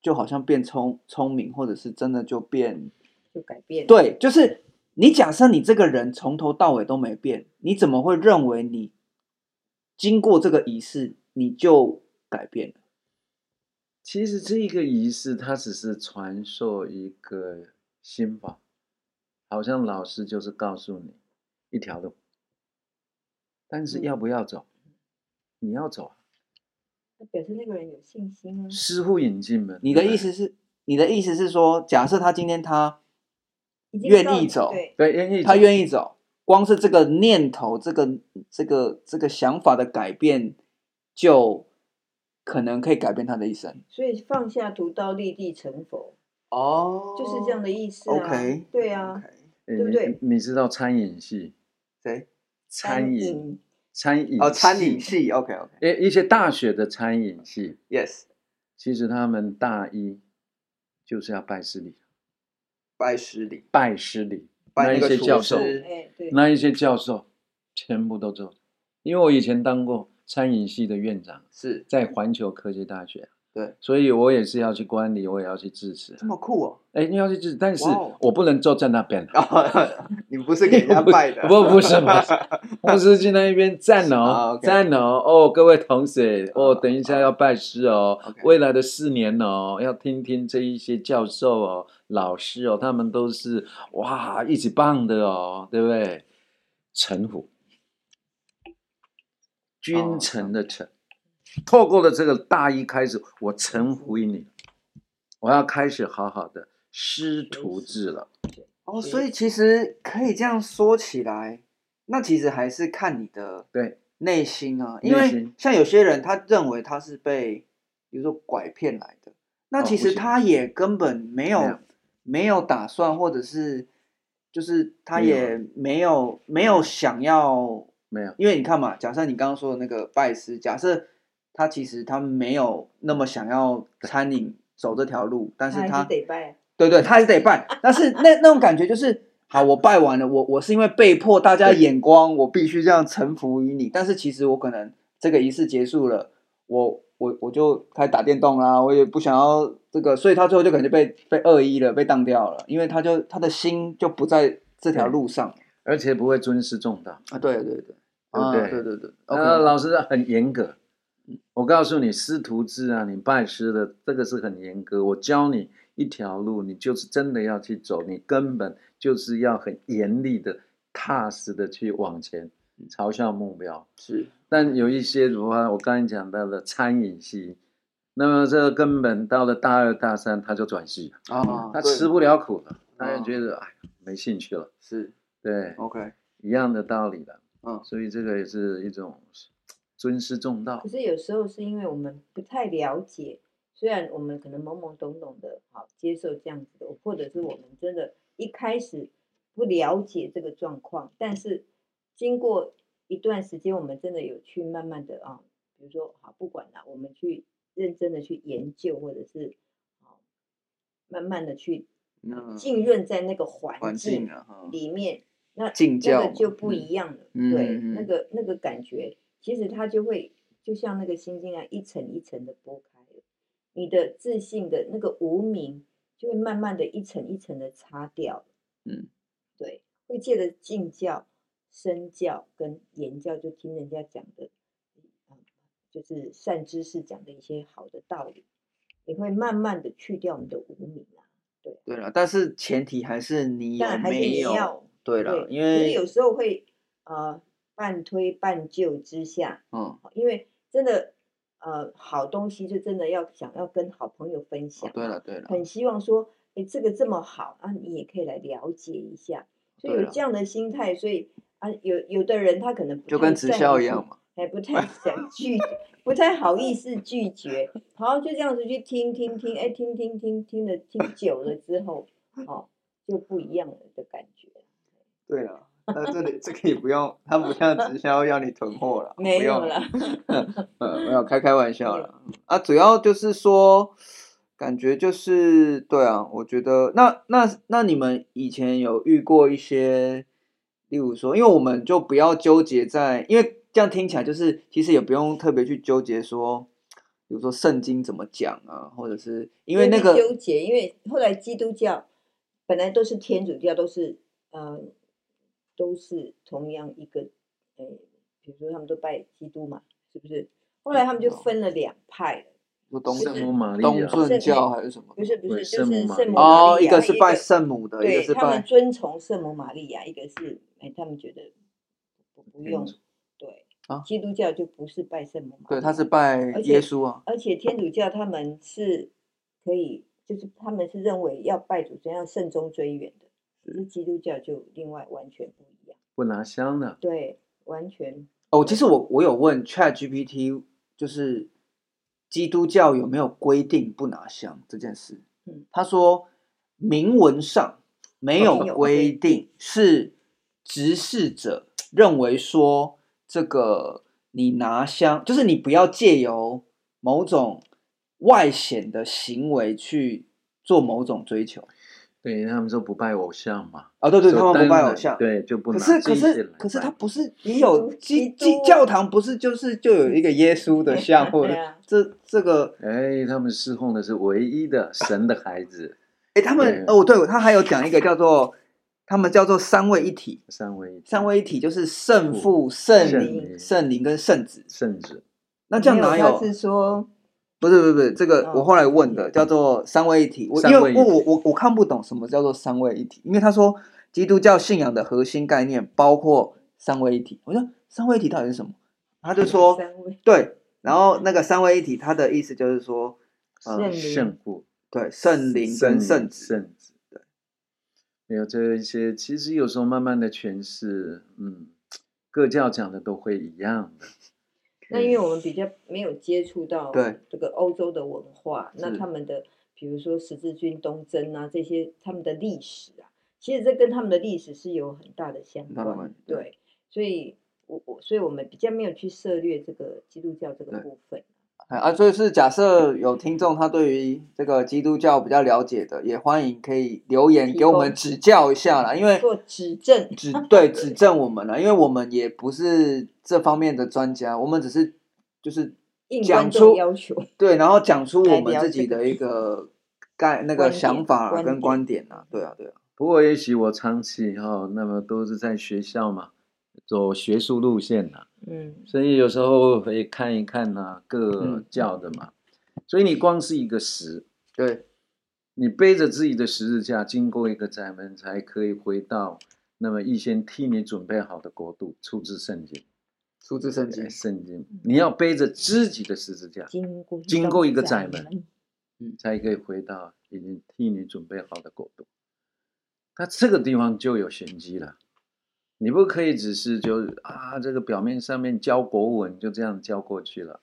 A: 就好像变聪聪明，或者是真的就变
C: 就改变。，
A: 对，就是你假设你这个人从头到尾都没变，你怎么会认为你经过这个仪式你就改变了？
B: 其实这个仪式它只是传授一个心法，好像老师就是告诉你一条路，但是
C: 嗯
B: 要不要走？你要走啊，
C: 那表示那个人有信心啊。
B: 师傅引进门。
A: 嗯你的
B: 对不
A: 意
B: 对
A: 思是，你的意思是说，假设他今天他
C: 已经
A: 愿
C: 到
A: 意
C: 了
A: 走
C: 对，
B: 对，愿意
A: 他
B: 走
A: 愿意走，光是这个念头、这个这个这个想法的改变，就可能可以改变他的一生。
C: 所以放下屠刀立地成佛，
A: 哦
C: 就是这样的意思啊。
A: OK，
C: 对啊，
B: 对
C: 对不对
B: 你你知道餐饮系、
A: 谁？
B: 餐饮、
C: 饮
B: 餐饮
A: 哦，餐饮，系。OK OK，Yes，、
B: 诶，一些大学的餐饮系，
A: Yes，
B: 其实他们大一就是要拜师礼，
A: 拜师礼，
B: 拜师礼，
A: 拜
B: 那
A: 那
B: 一
A: 个
B: 些
A: 厨
B: 教授，
A: 师
C: 哎，对，
B: 那一些教授全部都做，因为我以前当过餐饮系的院长，
A: 是
B: 在环球科技大学，
A: 对，
B: 所以我也是要去观礼，我也要去致辞
A: 这。么酷哦。
B: 哎，你要去致辞，但是
A: 哇哦
B: 我不能坐在那边了。
A: 你 不是给人家拜的，哦
B: 不不是不是 我只是去那一边站
A: 啊
B: 哦
A: ，OK
B: 站哦哦，各位同学
A: 啊
B: 哦，等一下要拜师哦
A: OK，
B: 未来的四年哦，要听听这一些教授哦、老师哦，他们都是哇一起棒的哦，对不对？臣服，君臣的臣，透过了这个大一开始，我臣服于你，我要开始好好的师徒制了。
A: 哦，所以其实可以这样说起来，那其实还是看你的
B: 对
A: 内心啊，
B: 内
A: 因为
B: 心
A: 像有些人他认为他是被，比如说拐骗来的，那
B: 哦
A: 其
B: 不
A: 实
B: 行
A: 他也根本没有、
B: 没有
A: 没有打算，或者是就是他
B: 没有啊
A: 也没有没有想要，
B: 没有，
A: 因为你看嘛，假设你刚刚说的那个拜师，假设他其实他没有那么想要餐饮走这条路，但是
C: 他还
A: 他
C: 是得拜。啊
A: 对对，他还是得拜，但是那那种感觉就是，好，我拜完了，我我是因为被迫大家的
B: 对
A: 眼光，我必须这样臣服于你。但是其实我可能这个仪式结束了，我我我就开始打电动啦，我也不想要这个，所以他最后就可能就被被恶意了，被当掉了，因为他就他的心就不在这条路上
B: 而且不会尊师重道。
A: 啊。对对对，
B: 不
A: 啊
B: 对
A: 对对对，
B: 呃，
A: OK，
B: 老师很严格。我告诉你，师徒制啊，你拜师的这个是很严格。我教你一条路，你就是真的要去走，你根本就是要很严厉的、踏实的去往前，
A: 嗯
B: 朝向目标。
A: 是
B: 但有一些的话，我刚才讲到的餐饮系，那么这个根本到了大二、大三，他就转系了，
A: 啊，
B: 他
A: 对
B: 嗯吃不了苦了，他
A: 哦
B: 也觉得哎没兴趣了。
A: 是
B: 对，
A: OK，
B: 一样的道理了。
A: 嗯
B: 所以这个也是一种尊师重道
C: 可。是有时候是因为我们不太了解，虽然我们可能懵懵懂懂的，好接受这样子的，或者是我们真的一开始不了解这个状况，但是经过一段时间，我们真的有去慢慢的啊，比如说好不管啦，我们去认真的去研究，或者是啊慢慢的去
A: 那
C: 浸润在那个环
A: 环境啊，哈
C: 里面，那
A: 进教
C: 那
A: 嘛
C: 个就不
A: 嗯
C: 一样了。
A: 嗯
C: 对，
A: 嗯
C: 那
A: 嗯
C: 个那个感觉，其实它就会就像那个心经啊，一层一层的剥开了，你的自信的那个无名就会慢慢的一层一层的擦掉。
A: 嗯，
C: 对，会借着静教、身教跟言教，就听人家讲的，嗯就是善知识讲的一些好的道理，你会慢慢的去掉你的无名啊。
A: 对了，但是前提还是你有
C: 当然还是
A: 没
C: 你
A: 有
C: 要
A: 对
C: 对
A: 了，，因
C: 可是
A: 为
C: 有时候会呃半推半就之下，
A: 嗯，
C: 因为真的呃好东西就真的要想要跟好朋友分享
A: 哦
C: 嘛，
A: 对了对了，
C: 很希望说，哎，这个这么好啊，你也可以来了解一下，所以
A: 对
C: 有
A: 了
C: 这样的心态，所以啊有有的人他可能不
A: 就
C: 太
A: 跟直
C: 善
A: 销
C: 于
A: 一样嘛，
C: 哎，不太想拒，不太好意思拒绝，然后就这样子去听听听，哎，听听听听了听久了之后，哦，就不一样了的感觉。
A: 对了，呃，这里这个也不用，他不像直销要你囤货 了，
C: 没
A: 不
C: 有
A: 用
C: 了，
A: 呃，没有开开玩笑了啊，主要就是说，感觉就是对啊，我觉得那那那你们以前有遇过一些，例如说，因为我们就不要纠结在，因为这样听起来就是其实也不用特别去纠结说，比如说圣经怎么讲啊，或者是因为那
C: 就是纠
A: 个
C: 结，因为后来基督教本来都是天主教，都是呃，都是同样一个，呃，比如说他们都拜基督嘛，是不是？后来他们就
A: 哦
C: 分了两派了，
A: 说东
C: 就是
B: 圣母
A: 正
B: 玛利
A: 东
B: 亚，
A: 正
C: 圣
A: 教还是什么
C: 不是不
B: 对
C: 是，就
B: 圣母
C: 是
B: 玛
C: 圣
B: 利
C: 母
B: 亚
C: 玛
A: 哦，
C: 利
A: 一
C: 亚，
A: 个
C: 还
A: 是
C: 有
A: 拜圣母的，一个
C: 对
A: 是
C: 他们
A: 拜
C: 遵从圣母玛利亚，一个是哎，他们觉得不不
B: 天
C: 用
B: 主，
C: 对
A: 啊，
C: 基督教就不是拜圣母玛利
A: 对，
C: 亚，
A: 他是拜
C: 而
A: 耶
C: 且
A: 稣啊，
C: 而且天主教他们是可以，就是他们是认为要拜祖先要慎终追远的，可是基督教就另外完全不一样，
B: 不拿香的，
C: 对，完全
A: 哦，其实我我有问 Chat GPT，就是基督教有没有规定不拿香这件事？
C: 嗯哦
A: 他说明文上没有
C: 没有
A: 规
C: 规
A: 定，是执事者认为说这个你拿香，就是你不要借由某种外显的行为去做某种追求。
B: 对他们说不拜偶像嘛，
A: 啊、对对，
B: 说
A: 他们不
B: 当
A: 拜偶
B: 然
A: 像，
B: 对，就不
A: 可
B: 拿
A: 是可
B: 这些
A: 是
B: 来
A: 可是
B: 拜
A: 他不是也
C: 基
A: 有
C: 督
A: 基
C: 基
A: 基
C: 督
A: 教堂不是就是就有一个耶稣的 像或者
C: 对啊
A: 这这个
B: 哎，他们侍奉的是唯一的神的孩子，
A: 哎他们
B: 对
A: 哦对他还有讲一个叫做他们叫做三位一体，
B: 三位一体
A: 三位一体就是圣父、
B: 圣
A: 圣灵、
B: 灵
A: 圣灵跟圣子。
B: 圣子，
A: 那这样
C: 没有
A: 哪
C: 他是说
A: 不是不是不是，这个
C: 哦
A: 我后来问的，叫做三位一体。我因
B: 三
A: 为
B: 位一
A: 我我
B: 体
A: 我我看不懂什么叫做三位一体，因为他说基督教信仰的核心概念包括三位一体。我说三位一体到底是什么？他就说
C: 三位
A: 对，然后那个三位一体，它的意思就是说，呃
C: 圣，灵
B: 圣父、
A: 对，圣灵跟圣子，
B: 圣子，对，没有这一些，其实有时候慢慢的诠释，嗯，各教讲的都会一样的，
C: 那因为我们比较没有接触到
A: 对
C: 这个欧洲的文化，那
A: 是
C: 他们的比如说十字军东征啊这些他们的历史啊，其实这跟他们的历史是有很大的相
A: 很大的关
C: 关
A: 系。对
C: 对，所以我我所以我们比较没有去涉猎这个基督教这个
A: 对
C: 部分。
A: 哎啊，所以是假设有听众他对于这个基督教比较了解的，也欢迎可以留言
C: 提
A: 给我
C: 供
A: 们指教一下啦，因为
C: 做指正，
A: 指对指正我们了，因为我们也不是这方面的专家，我们只是就是
C: 应
A: 讲
C: 观
A: 出
C: 众要求，
A: 对，然后讲出
C: 来
A: 我们
C: 聊
A: 自己
C: 这个
A: 的一个概那个
C: 观点
A: 想法啊
C: 观
A: 跟
C: 点
A: 观点啊，对啊对啊，
B: 不过也许我长期以后，那么都是在学校嘛，走学术路线呐、
C: 嗯，
B: 所以有时候会看一看呐、各
A: 嗯
B: 教的嘛。所以你光是一个十，
A: 对
B: 你背着自己的十字架，经过一个窄门，才可以回到那么预先替你准备好的国度，出自圣经。
A: 出自圣经嗯
B: 哎，圣经，你要背着自己的十字架，
C: 经过
B: 经过一个窄
C: 窄
B: 门，
C: 嗯
B: 才可以回到已经替你准备好的国度。那这个地方就有玄机了，你不可以只是就是啊，这个表面上面教国文就这样教过去了。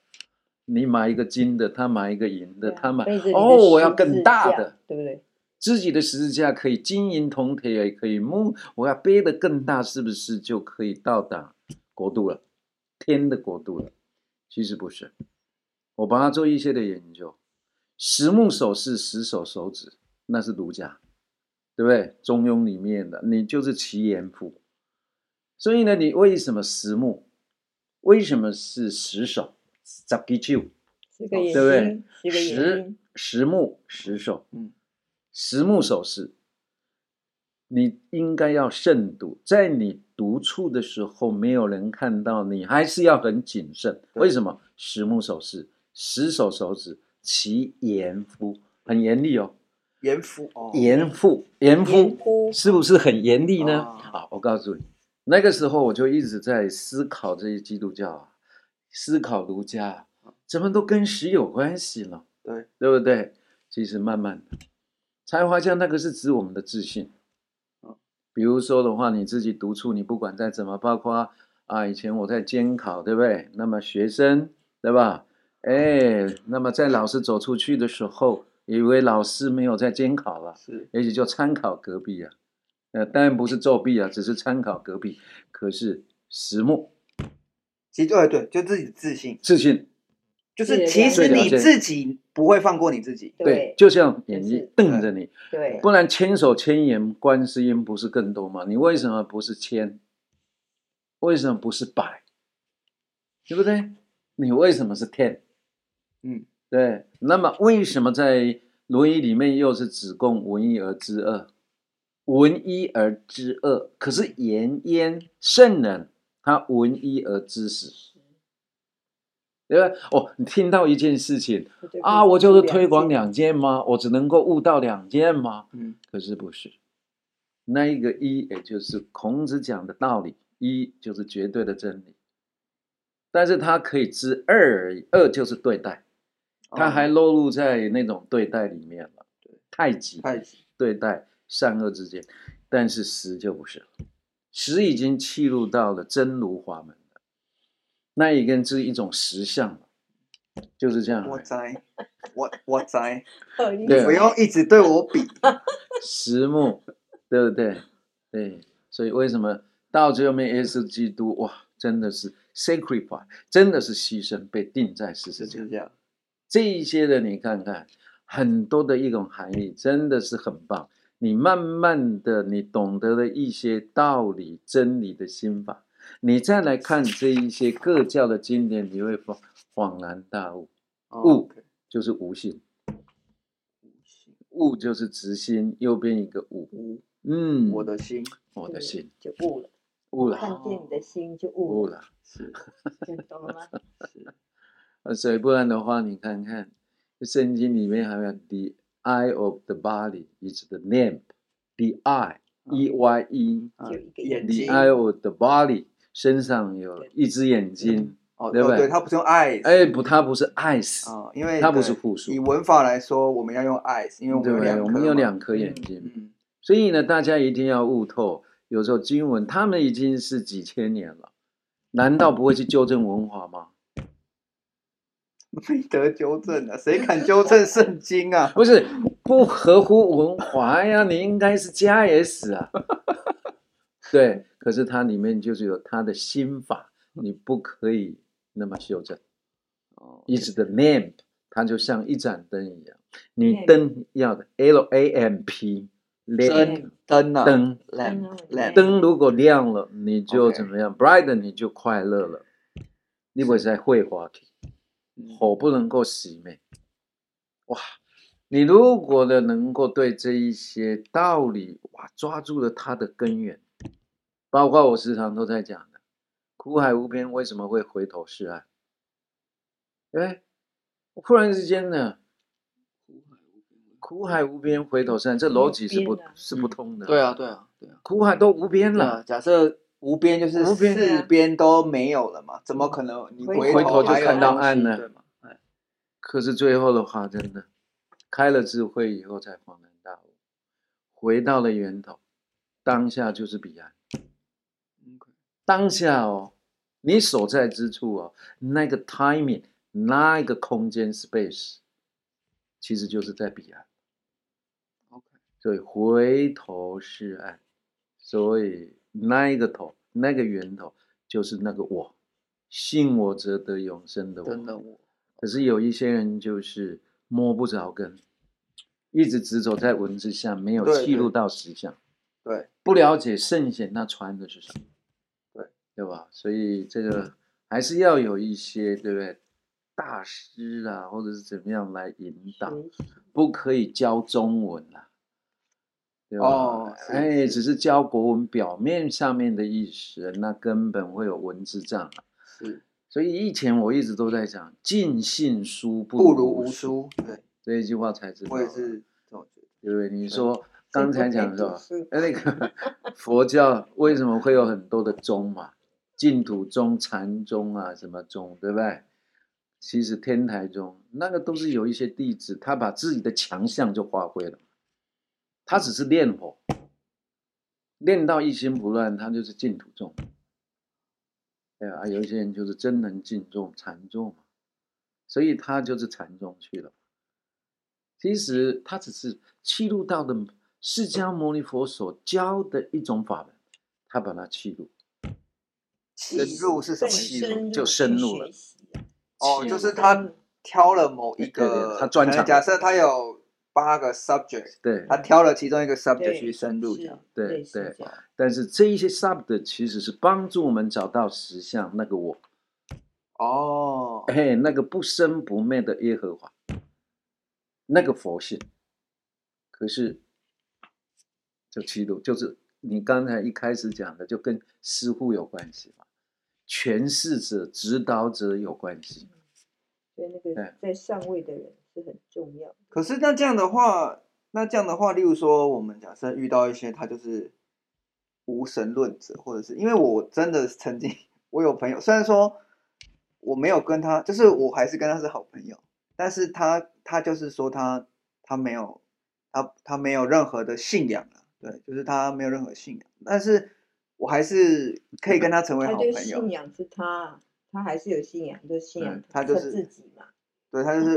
B: 你买一个金的，他买一个银的，
C: 对啊
B: 他买
C: 背着你的
B: 哦，我要
C: 十
B: 更
C: 字
B: 大
C: 架
B: 的，
C: 对不对？
B: 自己的十字架可以金银铜铁也可以木，我要背的更大，是不是就可以到达国度了，天的国度了？其实不是，我帮他做一些的研究，十目手是十手手指，那是儒家，对不对？中庸里面的你就是其言夫，所以呢，你为什么十目？为什么是十手？十只手？
C: 十个
B: 哦
C: 眼
B: 对不对
C: 睛，十个眼睛，
B: 十目十手，
A: 嗯，
B: 十目手势，你应该要慎独，在你独处的时候，没有人看到你，还是要很谨慎。
A: 对
B: 为什么？十目手势，十手手指，其严夫，很严厉哦，
A: 严夫哦
B: 严父，严
C: 严
B: 夫，
C: 夫
B: 是不是很严厉呢？
A: 啊
B: 啊，我告诉你，那个时候我就一直在思考这些基督教啊，思考儒家啊，怎么都跟食有关系了。
A: 对
B: 对不对？其实慢慢的，才华像那个是指我们的自信
A: 嗯。
B: 比如说的话，你自己独处，你不管再怎么，包括啊，以前我在监考，对不对？那么学生，对吧？哎，那么在老师走出去的时候，以为老师没有在监考了，
A: 是
B: 也许就参考隔壁啊，呃，当然不是作弊啊，只是参考隔壁。可是实木
A: 其实对对，就自己自信，
B: 自信，
A: 就是
C: 对
A: 其实
B: 对了
A: 你
B: 解
A: 自己不会放过你自己。
B: 对
C: 对，
B: 就像眼
C: 就
B: 睛
C: 是
B: 瞪着你，
C: 对
B: 不然千手千眼观世音不是更多吗？你为什么不是千？为什么不是百？对不对？你为什么是天？
A: 嗯，
B: 对。那么为什么在论语里面又是只供闻一而知二？闻一而知二，可是颜渊圣人他闻一而知十，对吧？哦，你听到一件事情啊，我就是推广，两件吗？我只能够悟到两件吗？
A: 嗯，
B: 可是不是，那一个一，也就是孔子讲的道理，一就是绝对的真理，但是他可以知二而已，二就是对待，他还
A: 哦
B: 落入在那种对待里面了，太极
A: 太极
B: 对待善恶之间，但是十就不是了，十已经契入到了真如法门了，那已经是一种实相了，就是这样
A: 我， 栽，我我栽，
B: 嗯对啊
A: 不用一直对我比。
B: 实木， 对不对？对，所以为什么到最后面耶稣基督哇，真的是 sacrifice，真的是牺牲，被钉在十字
A: 就
B: 架
A: 是。这样，
B: 这一些的你看看，很多的一种含义，真的是很棒。你慢慢的，你懂得了一些道理、真理的心法，你再来看这一些各教的经典，你会恍恍然大悟，
A: 哦
B: 悟
A: OK
B: 就是无性，悟就是直心，右边一个悟，
A: 悟
B: 嗯，
A: 我的心
B: 我的心啊
C: 就悟了，
B: 悟了。
C: 看见你的心就
B: 误
C: 悟了，
B: 了，
A: 是
C: 就懂了 吗？
B: 呃，所以不然的话，你看看圣经里面还有 the eye of the body is the lamp，the eye
A: 嗯
B: e y e
A: 啊
C: 就一个
A: 眼
B: the
A: 睛
B: eye of the body 身上有一只眼睛，
A: 哦，
B: 对不
A: 哦
B: 对
A: 对，他不是用 eyes，
B: 哎不，它不是 eyes，
A: 啊，因为
B: 它不是
A: 对
B: 复数
A: 以文法来说，我们要用 eyes，因为我
B: 对
A: 们
B: 不
A: 有
B: 对？
A: 两，
B: 我们有，两颗眼睛，
A: 嗯，
B: 所以呢，大家一定要悟透，有时候经文他们已经是几千年了，难道不会去纠正文化吗？
A: 没得纠正啊，谁敢纠正圣经啊？
B: 不是不合乎文华呀，你应该是加 S 啊。 对，可是它里面就是有它的心法，你不可以那么修正。
A: 哦
B: 一直的 lamp，它就像一盏灯一样，你
C: Lamp
B: 灯要的 L A M P
A: 灯
C: 嗯
B: lamp
A: 灯啊，
B: 灯
A: ，lamp
C: 灯
A: lamp
B: 灯如果亮了，你就
A: OK
B: 怎么样？brighten 你就快乐了，你不会在绘画体。火不能够熄灭。哇，你如果的能够对这一些道理哇抓住了它的根源，包括我时常都在讲的“苦海无边”为什么会回头是岸？哎，忽然之间呢，苦海无边回头是岸，这逻辑是
C: 无
B: 不
C: 边啊
B: 是不通的。
A: 对，啊对啊对啊，
B: 苦海都无边
A: 那
B: 了，
A: 呃假设无边就是
B: 啊无边
A: 四边都没有了嘛，怎么可能你
C: 回
A: 回
C: 回
A: 头
C: 头就
A: 还有
C: 看到
A: 东西
B: 岸了
A: 对吗？哎
B: 可是最后的话，真的开了智慧以后才恍然大悟，回到了源头，当下就是彼岸。嗯
A: OK
B: 当下哦，你所在之处哦，那个 timing，那一个空间 space，其实就是在彼岸。
A: OK，
B: 所以回头是岸，所以那一个头，那个源头就是那个我，信我者得永生的我。
A: 真的我
B: 可是有一些人就是摸不着根，一直只走在文字下，没有
A: 对
B: 记录
A: 对
B: 到实相，
A: 对
B: 不了解圣贤他传的是什么，
A: 对
B: 对吧？所以这个还是要有一些对不对大师啊，或者是怎么样来引导，不可以教中文啊。对吧？
A: 哦是
B: 哎，
A: 是
B: 只是教国文表面上面的意思，那根本会有文字障碍。
A: 是
B: 所以以前我一直都在讲“尽信书
A: 不
B: 不
A: 如
B: 如
A: 无
B: 无书
A: 书，对，”
B: 这一句话才知道
A: 我
B: 的，
A: 也是这么觉得。
B: 对不对？你说刚才讲
C: 的
B: 说，哎那个佛教为什么会有很多的宗嘛？净土宗、禅宗啊，什么宗，对不对？其实天台宗那个都是有一些弟子，他把自己的强项就发挥了，他只是练火，练到一心不乱，他就是净土宗。对啊，有一些人就是真能净宗、禅宗嘛，所以他就是禅宗去了。其实他只是记录到的释迦牟尼佛所教的一种法门，他把它记录，
A: 深入是什么
C: 更
A: 意思
C: 深入
B: 就
C: 去
B: 深入了
C: 学习了。
A: 哦，
B: 记
A: 就
B: 录
A: 是他挑了某一
B: 对对
A: 个，
B: 对他专
A: 可能
B: 长
A: 假设他有八个 subject，
B: 对
A: 他挑了其中一个 subject
C: 对
A: 去深入
C: 是啊
A: 这样。
B: 对
C: 类似
B: 对
C: 这样
B: 但是这一些 sub 的其实是帮助我们找到实相那个我，
A: 哦，
B: 嘿，那个不生不灭的耶和华，那个佛性。可是，就记录，就是你刚才一开始讲的，就跟师傅有关系嘛，诠释者、指导者有关系。
C: 所以那个
B: 哎
C: 在上位的人是很重要的。
A: 可是那这样的话，那这样的话，例如说，我们假设遇到一些他就是无神论者，或者是因为我真的曾经我有朋友，虽然说我没有跟他，就是我还是跟他是好朋友，但是他他就是说他他没有他他没有任何的信仰啊，对，就是他没有任何信仰，但是我还是可以跟他成为
C: 他
A: 好
C: 对
A: 朋友
C: 信，仰是他，他还是有信仰，就信仰
B: 嗯
A: 他就是
C: 自己嘛。
A: 对他 就是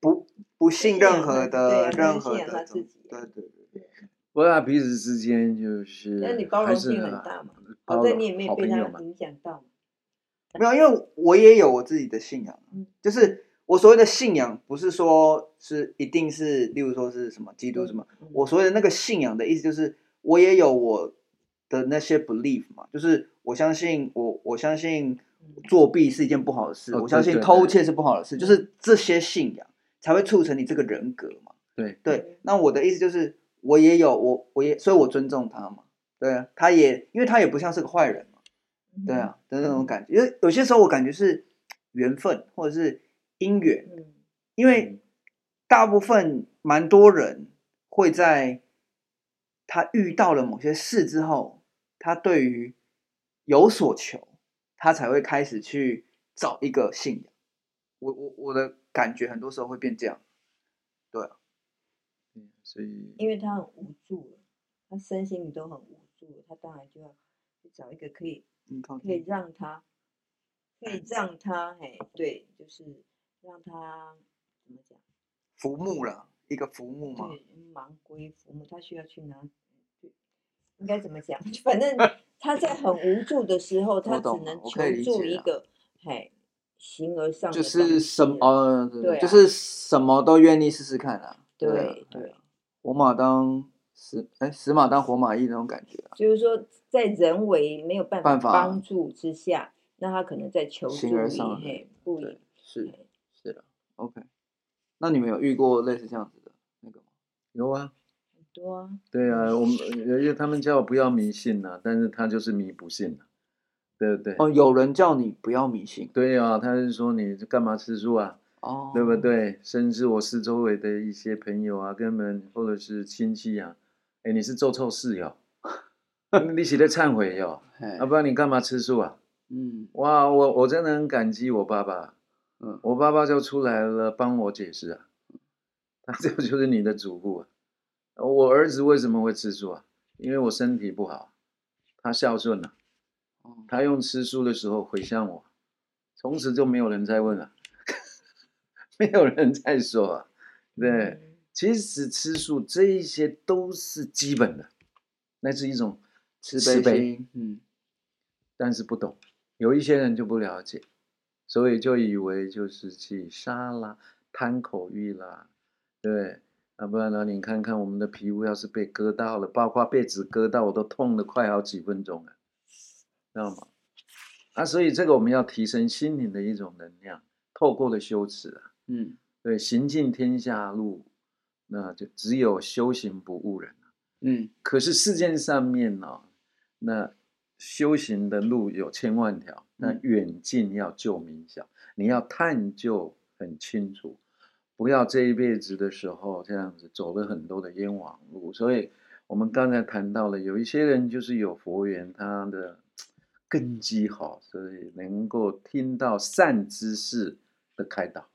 A: 不不信
C: 信仰
A: 任何
C: 他对
A: 的
C: 啊他
A: 任
C: 信
A: 何
C: 仰他
A: 的
C: 自
A: 宗，
C: 己
A: 对对对。
B: 不过彼此之间就是，
C: 但你包容性很大嘛，
B: 包
C: 好在
B: 容
C: 你也没
B: 好
C: 有被
B: 朋友
C: 他
B: 嘛
C: 影响到嘛。
A: 没有，因为我也有我自己的信仰
C: 嗯，
A: 就是我所谓的信仰，不是说是一定是，例如说是什么基督什么，
C: 嗯
A: 我所谓的那个信仰的意思就是，我也有我的那些 belief 嘛，就是我相信我，我相信
C: 嗯
A: 作弊是一件不好的事，
B: 哦
A: 我相
B: 对
A: 信
B: 对
A: 偷
B: 对
A: 窃是不好的事，就是这些信仰才会促成你这个人格嘛。
B: 对
A: 对
C: 嗯，
A: 那我的意思就是，我也有我，我也，所以我尊重他嘛。对啊，他也，因为他也不像是个坏人嘛。对啊，的
C: 嗯
A: 那种感觉。因为有些时候我感觉是缘分或者是因缘，
C: 嗯，
A: 因为大部分蛮多人会在他遇到了某些事之后，他对于有所求，他才会开始去找一个信仰。我我我的感觉很多时候会变这样。
B: 嗯所以
C: 因为他很无助了，他身心里都很无助了，他当然就要去找一个可以
A: 嗯，靠
C: 可以
A: 近
C: 让他，可以让他，嘿，对，就是让他怎么讲？
A: 浮木了，一个浮木嘛。
C: 对，嗯盲龟浮木，他需要去哪？对，应该怎么讲？ 反正他在很无助的时候，他只
A: 懂了
C: 能
A: 我
C: 求
A: 可以理
C: 助
A: 解
C: 一
A: 啦
C: 个，嘿，形而上
A: 就
C: 的东
A: 是什么
C: 西？了
A: 哦，对
C: 对啊
A: 就是什么都愿意试试看啊。啊
C: 对
A: 对
C: 对
A: 啊，活马当死哎，死马当活马医那种感觉啊。
C: 就是说在人为没有办法
A: 办法
C: 帮助之下，那他可能在求助
A: 形而上的
C: 于嘿不
A: 对
C: 以
A: 是是的，OK。那你们有遇过类似这样子的那个吗？
B: 有啊，
C: 很多啊，
B: 对啊，我们因为他们叫我不要迷信呐、但是他就是迷不信呐、对不对？
A: 哦，有人叫你不要迷信
B: 对啊，他是说你干嘛吃素啊？
A: 哦，
B: 对不？对？甚至我是周围的一些朋友啊，根本或者是亲戚啊，哎，你是做错事哟， 你是在忏悔哟，
A: 哎
B: 要、，不然你干嘛吃素啊？
A: 嗯
B: 哇，我我真的很感激我爸爸，
A: 嗯，
B: 我爸爸就出来了帮我解释啊，他 这就是你的主顾啊。我儿子为什么会吃素啊？因为我身体不好，他孝顺了、
A: 哦
B: 他用吃素的时候回向我，从此就没有人再问了， 没有人再说啊。对，
C: 嗯，
B: 其实吃素这一些都是基本的，那是一种
A: 慈
B: 慈
A: 悲
B: 悲
A: 心，嗯，
B: 但是不懂，有一些人就不了解，所以就以为就是去杀啦、贪口欲啦，对不对，要不然呢，你看看我们的皮肤要是被割到了，包括被纸割到，我都痛了快好几分钟了，知道吗？啊，所以这个我们要提升心灵的一种能量，透过了修持啊，
A: 嗯
B: 对，行尽天下路，那就只有修行不误人。
A: 嗯
B: 可是世界上面呢、那修行的路有千万条，那
A: 嗯
B: 远近要就明晓，你要探究很清楚，不要这一辈子的时候这样子走了很多的冤枉路。所以我们刚才谈到了，有一些人就是有佛缘，他的根基好，所以能够听到善知识的开导。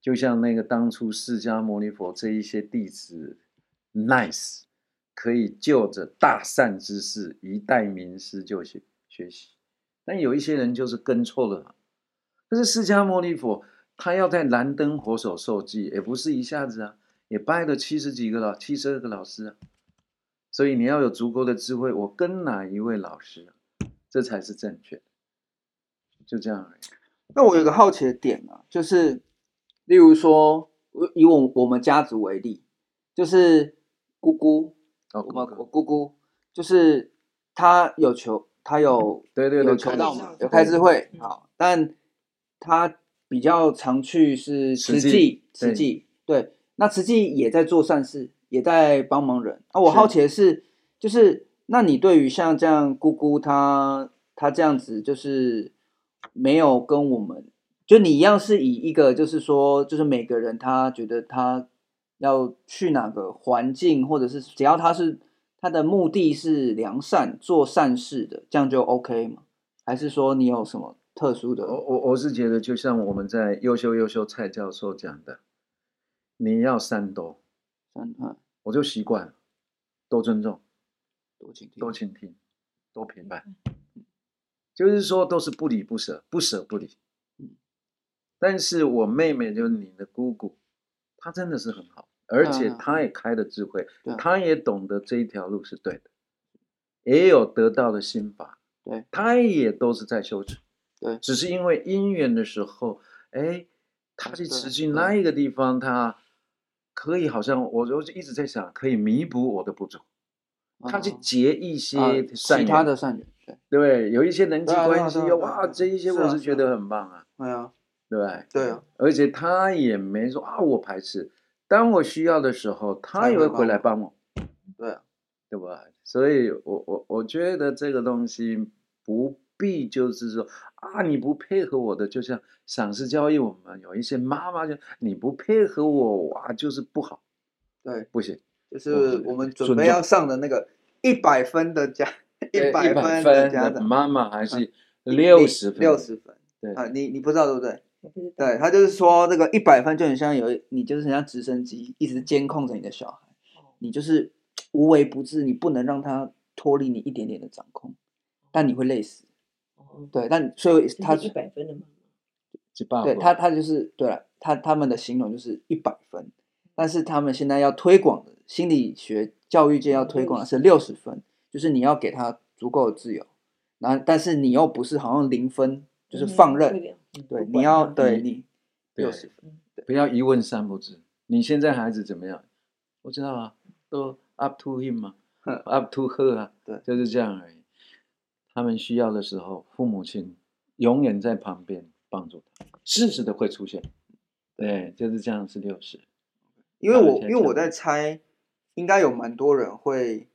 B: 就像那个当初释迦牟尼佛这一些弟子，nice，可以就着大善之事，一代名师就学学习。但有一些人就是跟错了嘛。可是释迦牟尼佛他要在燃灯火手受记，也不是一下子啊，也拜了七十几个老七十二个老师啊。所以你要有足够的智慧，我跟哪一位老师啊，这才是正确的。就这样而已。
A: 那我有个好奇的点啊，就是例如说，我以我我们家族为例，就是姑姑，
B: 哦，
A: 我们
B: 哥哥
A: 我姑姑就是她有求，她有
B: 对对对，
A: 有求
B: 开
A: 到
B: 始
A: 嘛，
C: 对
A: 有开智慧
C: 嗯
A: 好，但她比较常去是慈
B: 慈
A: 济
B: 济，
A: 慈
B: 对
A: 济对，那慈济也在做善事，也在帮忙人啊。我
B: 是
A: 好奇的是，就是那你对于像这样姑姑她她这样子，就是没有跟我们，就你一样是以一个就是说，就是每个人他觉得他要去哪个环境，或者是只要他是他的目的是良善、做善事的，这样就 OK 吗？还是说你有什么特殊的？
B: 我我我是觉得，就像我们在优秀优秀蔡教授讲的，你要善多，
A: 嗯嗯，
B: 我就习惯了，多尊重，
A: 多倾听
B: 多。倾听，多陪伴，就是说都是不离不舍，不舍不离
A: 嗯。
B: 但是我妹妹就是你的姑姑，她真的是很好，而且
A: 嗯嗯
B: 她也开了智慧
A: 对，
B: 她也懂得这一条路是对的，也有得到了心法，
A: 对，
B: 她也都是在修持，
A: 对
B: 只是因为因缘的时候，哎，她
A: 啊
B: 去
A: 对
B: 持续
A: 对
B: 那一个地方，她可以好像我我就一直在想，可以弥补我的不足，他去
A: 嗯
B: 结一些
A: 啊
B: 善
A: 其
B: 缘，
A: 他的善缘，对，
B: 对不对？有一些人际
A: 对啊对啊
B: 关系
A: 对啊，对啊
B: 哇，
A: 对啊
B: 这一些
A: 是
B: 我
A: 啊
B: 是
A: 是
B: 觉
A: 啊
B: 得很棒啊，
A: 对啊，
B: 对不对？
A: 对啊，
B: 而且他也没说啊，我排斥，当我需要的时候，他
A: 才
B: 也
A: 会
B: 会回
A: 帮
B: 来
A: 我
B: 帮我，
A: 对啊，
B: 对吧？所以我我我觉得这个东西不必就是说啊，你不配合我的，就像赏识交易，我们有一些妈妈就你不配合我，哇，就是不好，
A: 对，
B: 不行，
A: 就是
B: 嗯
A: 我们准
B: 尊
A: 备
B: 重
A: 要上的那个 一百分的家，
B: 呃
A: 百的
B: 100分
A: 家
B: 的
A: 长，嗯
B: 妈妈还是
A: 一
B: 六十分，
A: 六十分
B: 对
A: 啊，你你不知道对不对？
C: 我不知道。
A: 对他就是说那个一百分就很像有你就是很像直升机一直监控着你的小孩，
C: 哦
A: 你就是无微不至，你不能让他脱离你一点点的掌控，但你会累死。
C: 哦，
A: 对，但所以他
C: 这是一百分的吗？
B: 一百
A: 对
B: 分
A: 他，他就是对了，他他们的形容就是一百
C: 嗯
A: 分，但是他们现在要推广的心理学教育界要推广的是六十分，就是你要给他足够的自由，然后但是你又不是好像零分，就是放
C: 嗯
A: 任，，对，你要对你
B: 对
A: 六十分，
B: 不要一问三不知。你现在孩子怎么样？我知道啊，都 up to him 嘛
A: 哼
B: ，up to her 啊，
A: 对
B: 就是这样而已。他们需要的时候，父母亲永远在旁边帮助他，适时的会出现。对，就是这样，是六十。
A: 因为
B: 好的
A: 我因
B: 现在
A: 为
B: 讲
A: 我在猜，应该有蛮多人会，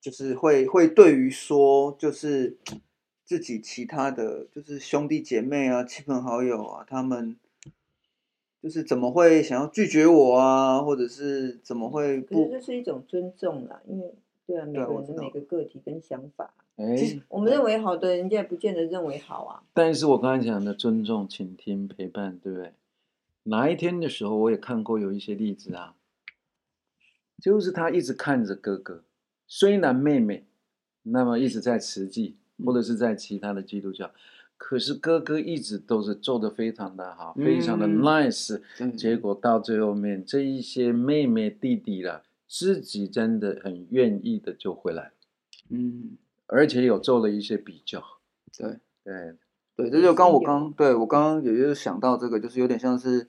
A: 就是会会对于说就是自己其他的就是兄弟姐妹啊、亲朋好友啊，他们就是怎么会想要拒绝我啊，或者是怎么会
C: 可是
A: 不
C: 这是一种尊重啦，因为对啊，每
A: 对啊
C: 个
A: 我
C: 人
A: 知
C: 的
A: 道
C: 每个个体跟想法，
A: 其
B: 哎
A: 实，
C: 我们认为好的，人家也不见得认为好啊。
B: 但是我刚才讲的尊重、倾听、陪伴，对不对？哪一天的时候，我也看过有一些例子啊，就是他一直看着哥哥，虽然妹妹，那么一直在慈济或者是在其他的基督教，可是哥哥一直都是做的非常的好，非常的
A: 嗯
B: nice，
A: 嗯
B: 结果到最后面，这一些妹妹弟弟啦，自己真的很愿意的就回来了，
A: 嗯
B: 而且有做了一些比较，
A: 对
B: 对，
A: 对，这就刚
C: 是
A: 我
C: 有
A: 刚对我刚刚也就是想到这个，就是有点像是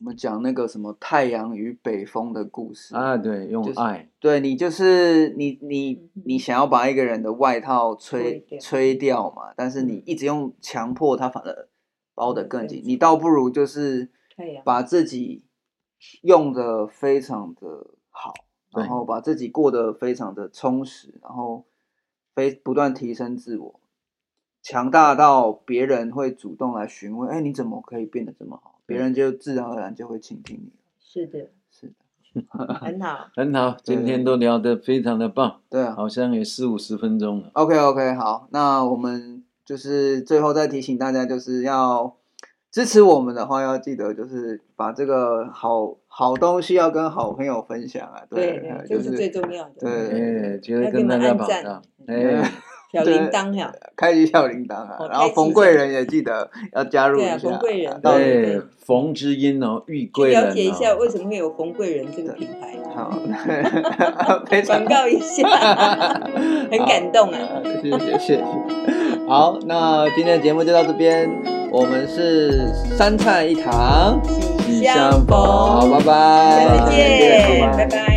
A: 我们讲那个什么太阳与北风的故事
B: 啊，对，用
A: 就是
B: 爱。
A: 对你就是你你
C: 嗯哼
A: 你想要把一个人的外套吹
C: 吹掉
A: 吹掉嘛，但是你
C: 嗯
A: 一直用强迫他，反而包得
C: 嗯
A: 更
C: 更
A: 紧。
C: 紧
A: 你倒不如就是
C: 太阳
A: 把自己用的非常的好，
B: 对
A: 然后把自己过得非常的充实，然后非不断提升自我，强大到别人会主动来询问，哎，你怎么可以变得这么好？别
B: 对
A: 人就自然而然就会倾听你了。
C: 是的，
A: 是的，
C: 很好。
B: 很好，今
A: 对
B: 天都聊得非常的棒，
A: 对啊。
B: 好像也四五十分钟了。
A: OK OK，好，那我们就是最后再提醒大家，就是要支持我们的话，要记得就是把这个好好东西要跟好朋友分享啊，
C: 对
A: 对，
C: 这
A: 就是
C: 最重要的。
A: 对
B: 哎，觉得
C: 要给我
B: 跟大
C: 们
B: 家
C: 按
B: 报
C: 赞嗯
B: 道，
A: 对
B: 哎，
C: 小
A: 对
C: 铃铛啊呀，
A: 开启小铃铛啊
C: 哦，
A: 然后
C: 开启
A: 冯
C: 小
A: 贵人也记得要加入一
C: 对
A: 下啊，
C: 啊冯贵人
A: 到底
C: 对
B: 对，冯之音哦，玉
C: 去
B: 贵人、哦。
C: 了解一下为什么会有冯贵人这个品 牌，
A: 好， 非常
C: 广告一 下，很感动啊。
A: 好谢谢谢谢。好，那今天的节目就到这边，我们是三菜一汤，
C: 喜
B: 喜相逢
A: 好，拜拜，
C: 下次见，
B: 拜
C: 拜
B: 拜
C: 拜。